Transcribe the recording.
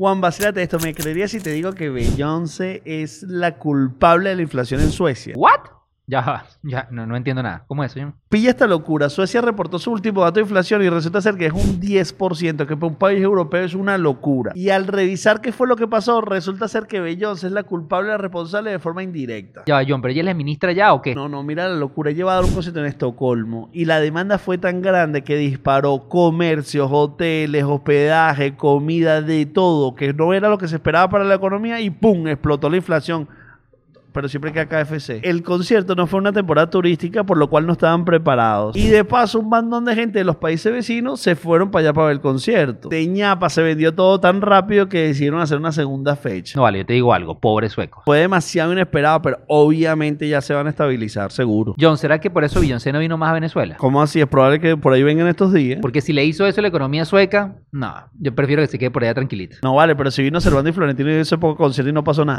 Juan, vacílate esto. ¿Me creerías si te digo que Beyoncé es la culpable de la inflación en Suecia? ¿What? Ya, va, ya, no, no entiendo nada. ¿Cómo es eso, Jun? Pilla esta locura. Suecia reportó su último dato de inflación y resulta ser que es un 10%, que para un país europeo es una locura. Y al revisar qué fue lo que pasó, resulta ser que Beyoncé es la culpable, la responsable de forma indirecta. Ya, va, John, ¿pero ella es la ministra ya o qué? No, no, mira la locura. Ella va a dar un concierto en Estocolmo y la demanda fue tan grande que disparó comercios, hoteles, hospedaje, comida, de todo, que no era lo que se esperaba para la economía y ¡pum! explotó la inflación pero siempre que acá KFC. El concierto no fue una temporada turística, por lo cual no estaban preparados. Y de paso, un bandón de gente de los países vecinos se fueron para allá para ver el concierto. De ñapa se vendió todo tan rápido que decidieron hacer una segunda fecha. No vale, yo te digo algo, pobre sueco. Fue demasiado inesperado, pero obviamente ya se van a estabilizar, seguro. John, ¿será que por eso Beyoncé no vino más a Venezuela? ¿Cómo así? Es probable que por ahí vengan estos días. Porque si le hizo eso a la economía sueca, no, yo prefiero que se quede por allá tranquilita. No vale, pero si vino Servando y Florentino y hizo poco concierto y no pasó nada.